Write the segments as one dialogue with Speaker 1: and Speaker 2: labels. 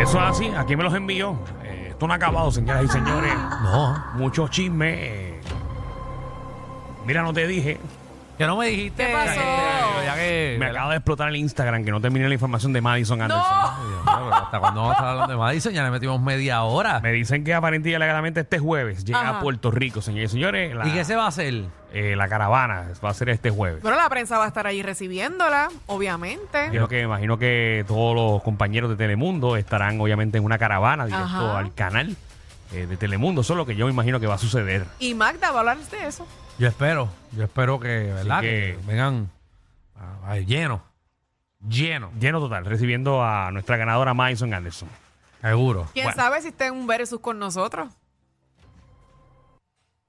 Speaker 1: Eso es así, aquí me los envió. Eh, esto no ha acabado, señoras y señores.
Speaker 2: No.
Speaker 1: Mucho chisme. eh. Mira, no te dije.
Speaker 2: Que no me dijiste.
Speaker 3: ¿Qué pasó?
Speaker 2: Ya que.
Speaker 1: Me acaba de explotar el Instagram que no terminé la información de Madison Anderson.
Speaker 2: Ay, Dios mío, pero hasta cuando vamos a estar hablando de Madison, ya le metimos media hora.
Speaker 1: Me dicen que aparentemente legalmente este jueves llega
Speaker 3: Ajá.
Speaker 1: a Puerto Rico, señores y señores. La,
Speaker 2: ¿Y qué se va a hacer?
Speaker 1: eh, la caravana va a ser este jueves.
Speaker 3: Bueno, la prensa va a estar allí recibiéndola, obviamente.
Speaker 1: Creo que imagino que todos los compañeros de Telemundo estarán obviamente en una caravana directo
Speaker 3: Ajá.
Speaker 1: al canal eh, de Telemundo. Eso es lo que yo me imagino que va a suceder.
Speaker 3: Y Magda va a hablar de eso.
Speaker 2: Yo espero, yo espero que, ¿verdad? Que,
Speaker 1: que-
Speaker 2: vengan ah, ah, lleno, lleno,
Speaker 1: Lleno total, recibiendo a nuestra ganadora Madison Anderson.
Speaker 2: seguro.
Speaker 3: ¿Quién
Speaker 1: Bueno.
Speaker 3: sabe si está en un versus con nosotros?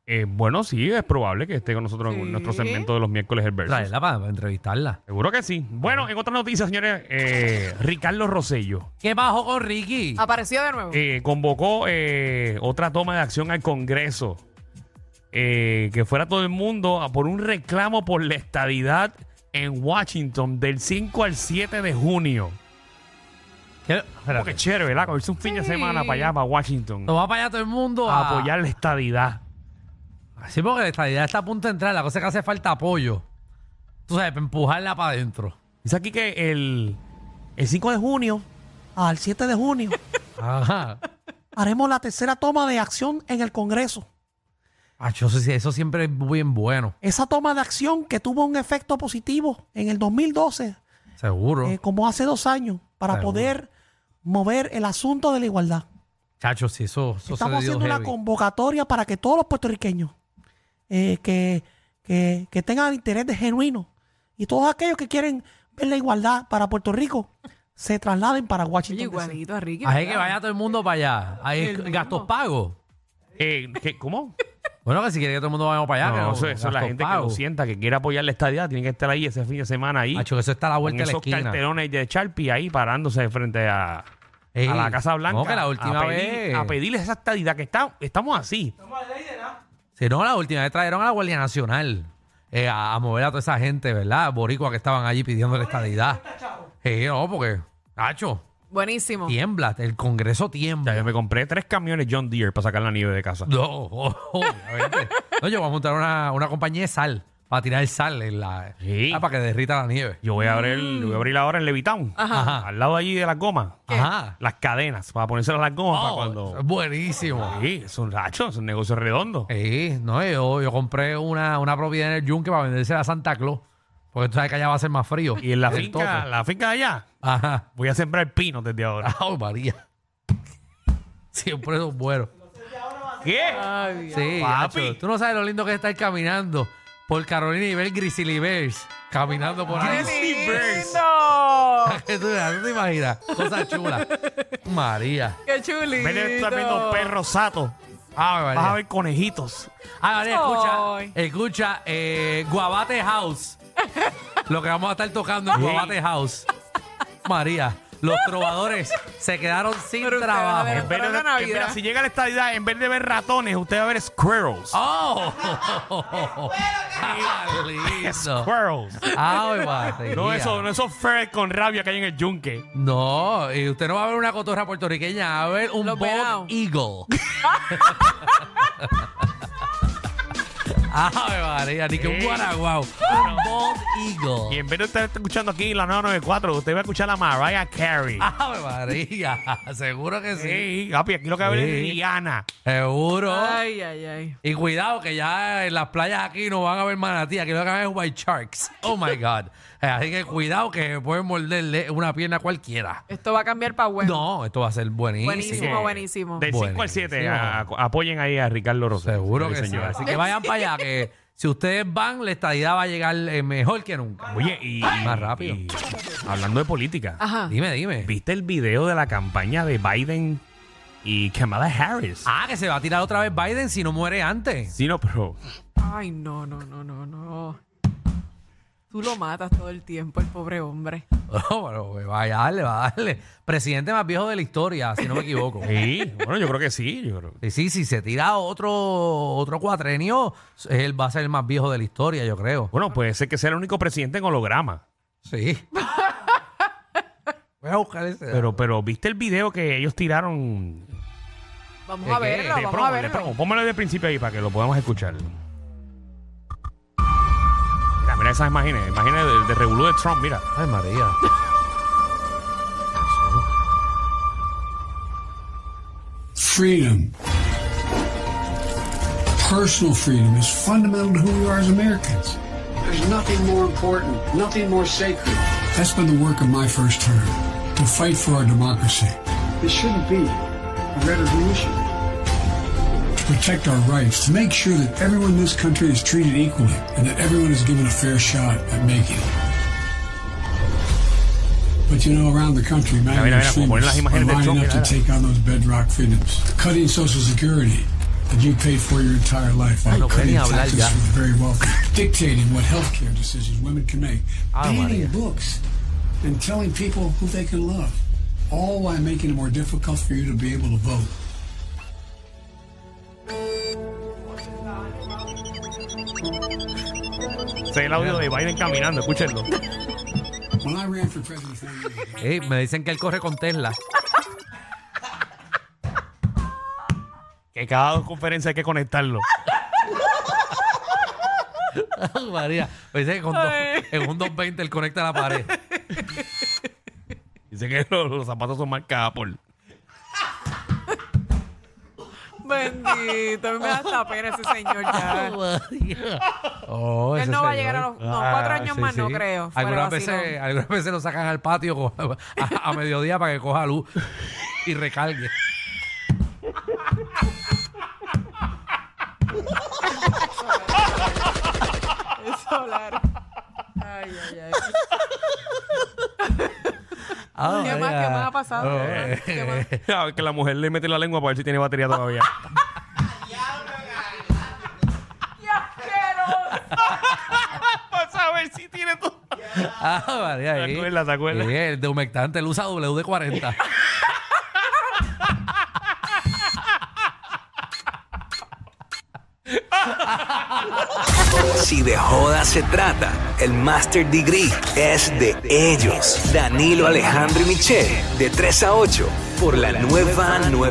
Speaker 1: Eh, bueno, sí, es probable que esté con nosotros en
Speaker 3: Sí.
Speaker 1: nuestro segmento de los miércoles el versus.
Speaker 2: Traerla para, para entrevistarla.
Speaker 1: Seguro que sí. Bueno, en otras noticias, señores, eh, Ricardo Rosello
Speaker 2: ¿Qué bajó con Ricky?
Speaker 3: Apareció de nuevo.
Speaker 1: eh, convocó eh, otra toma de acción al Congreso. eh, que fuera todo el mundo a por un reclamo por la estadidad en Washington del 5 al 7 de junio.
Speaker 2: ¿Qué?
Speaker 1: Porque
Speaker 2: Espérate.
Speaker 1: chévere, ¿verdad? Cogerse un fin de
Speaker 3: Sí.
Speaker 1: semana para allá, para Washington,
Speaker 2: Nos va para allá todo el mundo
Speaker 1: a
Speaker 2: a,
Speaker 1: apoyar la estadidad.
Speaker 2: Sí, porque la estadidad está a punto de entrar. La cosa es que hace falta apoyo. Tú sabes, para empujarla para adentro.
Speaker 1: Dice aquí que el, el 5 de junio al 7 de junio
Speaker 2: Ajá.
Speaker 1: haremos la tercera toma de acción en el Congreso.
Speaker 2: Ah, yo sé si eso siempre es bien bueno,
Speaker 4: esa toma de acción que tuvo un efecto positivo en el 2012,
Speaker 2: seguro.
Speaker 4: eh, como hace dos años, para
Speaker 2: Seguro.
Speaker 4: poder mover el asunto de la igualdad.
Speaker 2: Chacho, si eso, eso
Speaker 4: Estamos
Speaker 2: se le dio
Speaker 4: haciendo una
Speaker 2: heavy.
Speaker 4: convocatoria para que todos los puertorriqueños eh, que, que- que tengan interés de genuino y todos aquellos que quieren ver la igualdad para Puerto Rico se trasladen para
Speaker 3: Oye,
Speaker 4: Washington. DC.
Speaker 3: igualito a Ricky.
Speaker 2: Así
Speaker 3: ¿verdad?
Speaker 2: que vaya todo el mundo para allá. Hay
Speaker 3: El
Speaker 2: gastos
Speaker 3: mismo.
Speaker 2: pagos.
Speaker 1: eh, ¿Cómo?
Speaker 2: Bueno, que si quiere que todo el mundo vaya para allá.
Speaker 1: no,
Speaker 2: que
Speaker 1: eso, eso es la
Speaker 2: gastos
Speaker 1: gente que
Speaker 2: pagos.
Speaker 1: lo sienta, que quiere apoyar la estadidad, tiene que estar ahí ese fin de semana ahí.
Speaker 2: Hacho, que eso está a la
Speaker 1: con
Speaker 2: vuelta de la
Speaker 1: esos
Speaker 2: esquina.
Speaker 1: cartelones de Sharpie ahí parándose de frente a,
Speaker 2: Ey,
Speaker 1: a la Casa Blanca.
Speaker 2: no, que la última
Speaker 1: a pedir,
Speaker 2: vez-
Speaker 1: A pedirles esa estadidad que está, estamos así.
Speaker 2: Si no, la última vez trajeron a la Guardia Nacional eh, a, a mover a toda esa gente, ¿verdad? Boricua que estaban allí pidiendo la estadidad. Sí, no, porque, Hacho,
Speaker 3: Buenísimo.
Speaker 2: tiembla, el Congreso
Speaker 1: O sea, yo
Speaker 2: tiembla.
Speaker 1: me compré tres camiones John Deere para sacar la nieve de casa.
Speaker 2: No, oh, oh, obviamente. no, yo voy a montar una, una compañía de sal para tirar sal en la,
Speaker 1: Sí.
Speaker 2: ah, para que derrita la nieve.
Speaker 1: Yo voy a abrir, voy a abrir ahora en Levitown,
Speaker 2: Ajá.
Speaker 1: al lado allí de las gomas.
Speaker 2: Ajá.
Speaker 1: Las cadenas, para ponérselas a las gomas para
Speaker 2: Oh, eso Eh,
Speaker 1: cuando...
Speaker 2: es buenísimo.
Speaker 1: Sí, es un racho, es un negocio redondo.
Speaker 2: Sí, no, yo, yo compré una, una propiedad en el Yunque para venderse a Santa Claus. Porque tú sabes que allá va a ser más frío.
Speaker 1: Y en la
Speaker 2: El
Speaker 1: finca,
Speaker 2: tope.
Speaker 1: la finca de allá,
Speaker 2: Ajá.
Speaker 1: voy a sembrar pinos desde ahora.
Speaker 2: Ay, María. Siempre son buenos.
Speaker 1: ¿Qué?
Speaker 2: Sí,
Speaker 1: Papi.
Speaker 2: Nacho, tú no sabes lo lindo que es estar caminando por Carolina y ver Grizzly Bears caminando por ahí.
Speaker 1: Grizzly Bears.
Speaker 3: lindo!
Speaker 2: ¿Qué tú, no te imaginas? Cosas chulas. María.
Speaker 3: ¡Qué chulito!
Speaker 1: Vete a estar viendo perros satos.
Speaker 2: Ay, María.
Speaker 1: Vas a ver conejitos.
Speaker 2: Ah, vale,
Speaker 3: Ay.
Speaker 2: escucha, escucha, eh, Guabate House. Lo que vamos a estar tocando en
Speaker 1: Sí.
Speaker 2: Guabate House. María, los trovadores se quedaron sin
Speaker 3: Pero usted va a
Speaker 2: trabajo.
Speaker 3: ver-
Speaker 1: En vez de,
Speaker 3: Para la
Speaker 1: en-
Speaker 3: Navidad.
Speaker 1: mira, si llega la estadidad, en vez de ver ratones, usted va a ver squirrels.
Speaker 2: ¡Oh! Ah, Oh. lindo.
Speaker 1: Squirrels.
Speaker 2: Ay, María.
Speaker 1: No eso, no esos ferrets con rabia que hay en el yunque.
Speaker 2: No, y usted no va a ver una cotorra puertorriqueña, va a ver un
Speaker 3: Los venados.
Speaker 2: bald eagle. Ay, María, ni que un
Speaker 1: Sí.
Speaker 2: guaraguao. Un bald eagle.
Speaker 1: Y en vez de estar escuchando aquí la 994, usted va a escuchar a Mariah Carey.
Speaker 2: Ave María, seguro que Ah, sí.
Speaker 1: Sí, papi, aquí lo que va a ver
Speaker 2: Sí.
Speaker 1: es Rihanna.
Speaker 2: Seguro.
Speaker 3: Ay, ay, ay.
Speaker 2: Y cuidado que ya en las playas aquí no van a ver manatí, aquí lo que van a ver es white sharks. Oh my god. Eh, Así que cuidado que pueden morderle una pierna a cualquiera.
Speaker 3: Esto va a cambiar para bueno.
Speaker 2: No, esto va a ser buenísimo.
Speaker 3: Buenísimo.
Speaker 1: Que
Speaker 3: buenísimo.
Speaker 1: Del 5 al 7,
Speaker 2: Buenísimo.
Speaker 1: apoyen ahí a Ricardo Rosario.
Speaker 2: Seguro que sí.
Speaker 1: señor.
Speaker 2: Así que vayan para allá que si ustedes van la estadidad va a llegar eh, mejor que nunca.
Speaker 1: Oye, y.
Speaker 2: Más rápido.
Speaker 1: y hablando de política,
Speaker 3: Ajá.
Speaker 2: Dime, dime.
Speaker 1: ¿viste el video de la campaña de Biden y Kamala Harris?
Speaker 2: Ah, que se va a tirar otra vez Biden si no muere antes.
Speaker 1: Sí, no, pero.
Speaker 3: Ay, no, no, no, no, no. Tú lo matas todo el tiempo, el pobre hombre.
Speaker 2: No, Oh, pero pues, va a darle, va a darle. Presidente más viejo de la historia, si no me equivoco.
Speaker 1: Sí, bueno, yo creo que sí. Yo creo.
Speaker 2: Sí, sí, si se tira otro, otro cuatrenio, él va a ser el más viejo de la historia, yo creo.
Speaker 1: Bueno, puede ser que sea el único presidente en holograma.
Speaker 2: Sí. Voy a buscar ese. dato.
Speaker 1: Pero, pero, ¿viste el video que ellos tiraron?
Speaker 3: Vamos
Speaker 2: ¿De
Speaker 3: a
Speaker 2: qué?
Speaker 1: de
Speaker 3: verlo, vamos
Speaker 1: promo,
Speaker 3: a
Speaker 1: de
Speaker 3: verlo.
Speaker 1: promo. Pónmelo desde el principio ahí para que lo podamos escuchar. Mira, mira esas imágenes. Imágenes de, de Revolú de Trump, mira.
Speaker 2: Ay, María.
Speaker 5: freedom, personal freedom, is fundamental to who we are as Americans.
Speaker 6: There's nothing more important, nothing more sacred.
Speaker 5: That's been the work of my first term to fight for our democracy,
Speaker 6: This shouldn't be a revolution.
Speaker 5: to protect our rights, to make sure that everyone in this country is treated equally and that everyone is given a fair shot at making it. But you know, around the country,
Speaker 1: mira,
Speaker 5: many
Speaker 1: mira, como ponen las
Speaker 5: extremists
Speaker 1: imágenes
Speaker 5: are
Speaker 1: de
Speaker 5: lining
Speaker 1: Trump,
Speaker 5: up
Speaker 1: mira,
Speaker 5: to take on those bedrock freedoms. Cutting Social Security that you paid for your entire life, while
Speaker 2: no puede
Speaker 5: cutting
Speaker 2: ni hablar
Speaker 5: taxes
Speaker 2: ya.
Speaker 5: for the very wealthy, dictating what health care decisions women can make,
Speaker 2: Ah, María.
Speaker 5: banning books, and telling people who they can love, all while making it more difficult for you to be able to vote.
Speaker 1: Ese es el audio de Biden caminando, escúchenlo.
Speaker 5: When I ran for president four years ago,
Speaker 2: Ey, me dicen que él corre con Tesla.
Speaker 1: Que cada dos conferencias hay que conectarlo.
Speaker 2: Ay, María. Me dicen que con dos- en un 220 él conecta la pared.
Speaker 1: Dice que los, los zapatos son marca Apple.
Speaker 3: Bendito, a mí me da hasta pena ese señor ya.
Speaker 2: Oh,
Speaker 3: Él
Speaker 2: ese
Speaker 3: no va
Speaker 2: señor. Ah,
Speaker 3: a llegar a los- no, cuatro años más no creo, fuera
Speaker 2: Algunas veces,
Speaker 3: vacilón.
Speaker 2: algunas veces lo sacan al patio co- a, a mediodía para que coja luz y recargue.
Speaker 3: El solar. Ay, ay, ay.
Speaker 2: Ah,
Speaker 3: ¿Qué más,
Speaker 2: María.
Speaker 3: qué más ha pasado?
Speaker 2: Eh,
Speaker 3: ¿Qué más?
Speaker 1: A ver que la mujer le mete la lengua para ver si tiene batería todavía.
Speaker 3: ¡Qué asqueroso!
Speaker 1: para saber si tiene todo.
Speaker 2: Ah, María. ahí.
Speaker 1: ¿Te acuerdas, te acuerdas?
Speaker 2: Sí, el de humectante, él usa WD-40.
Speaker 7: Si de joda se trata, el Master Degree es de ellos. Danilo Alejandro y Michelle, de 3 a 8, por la nueva 9.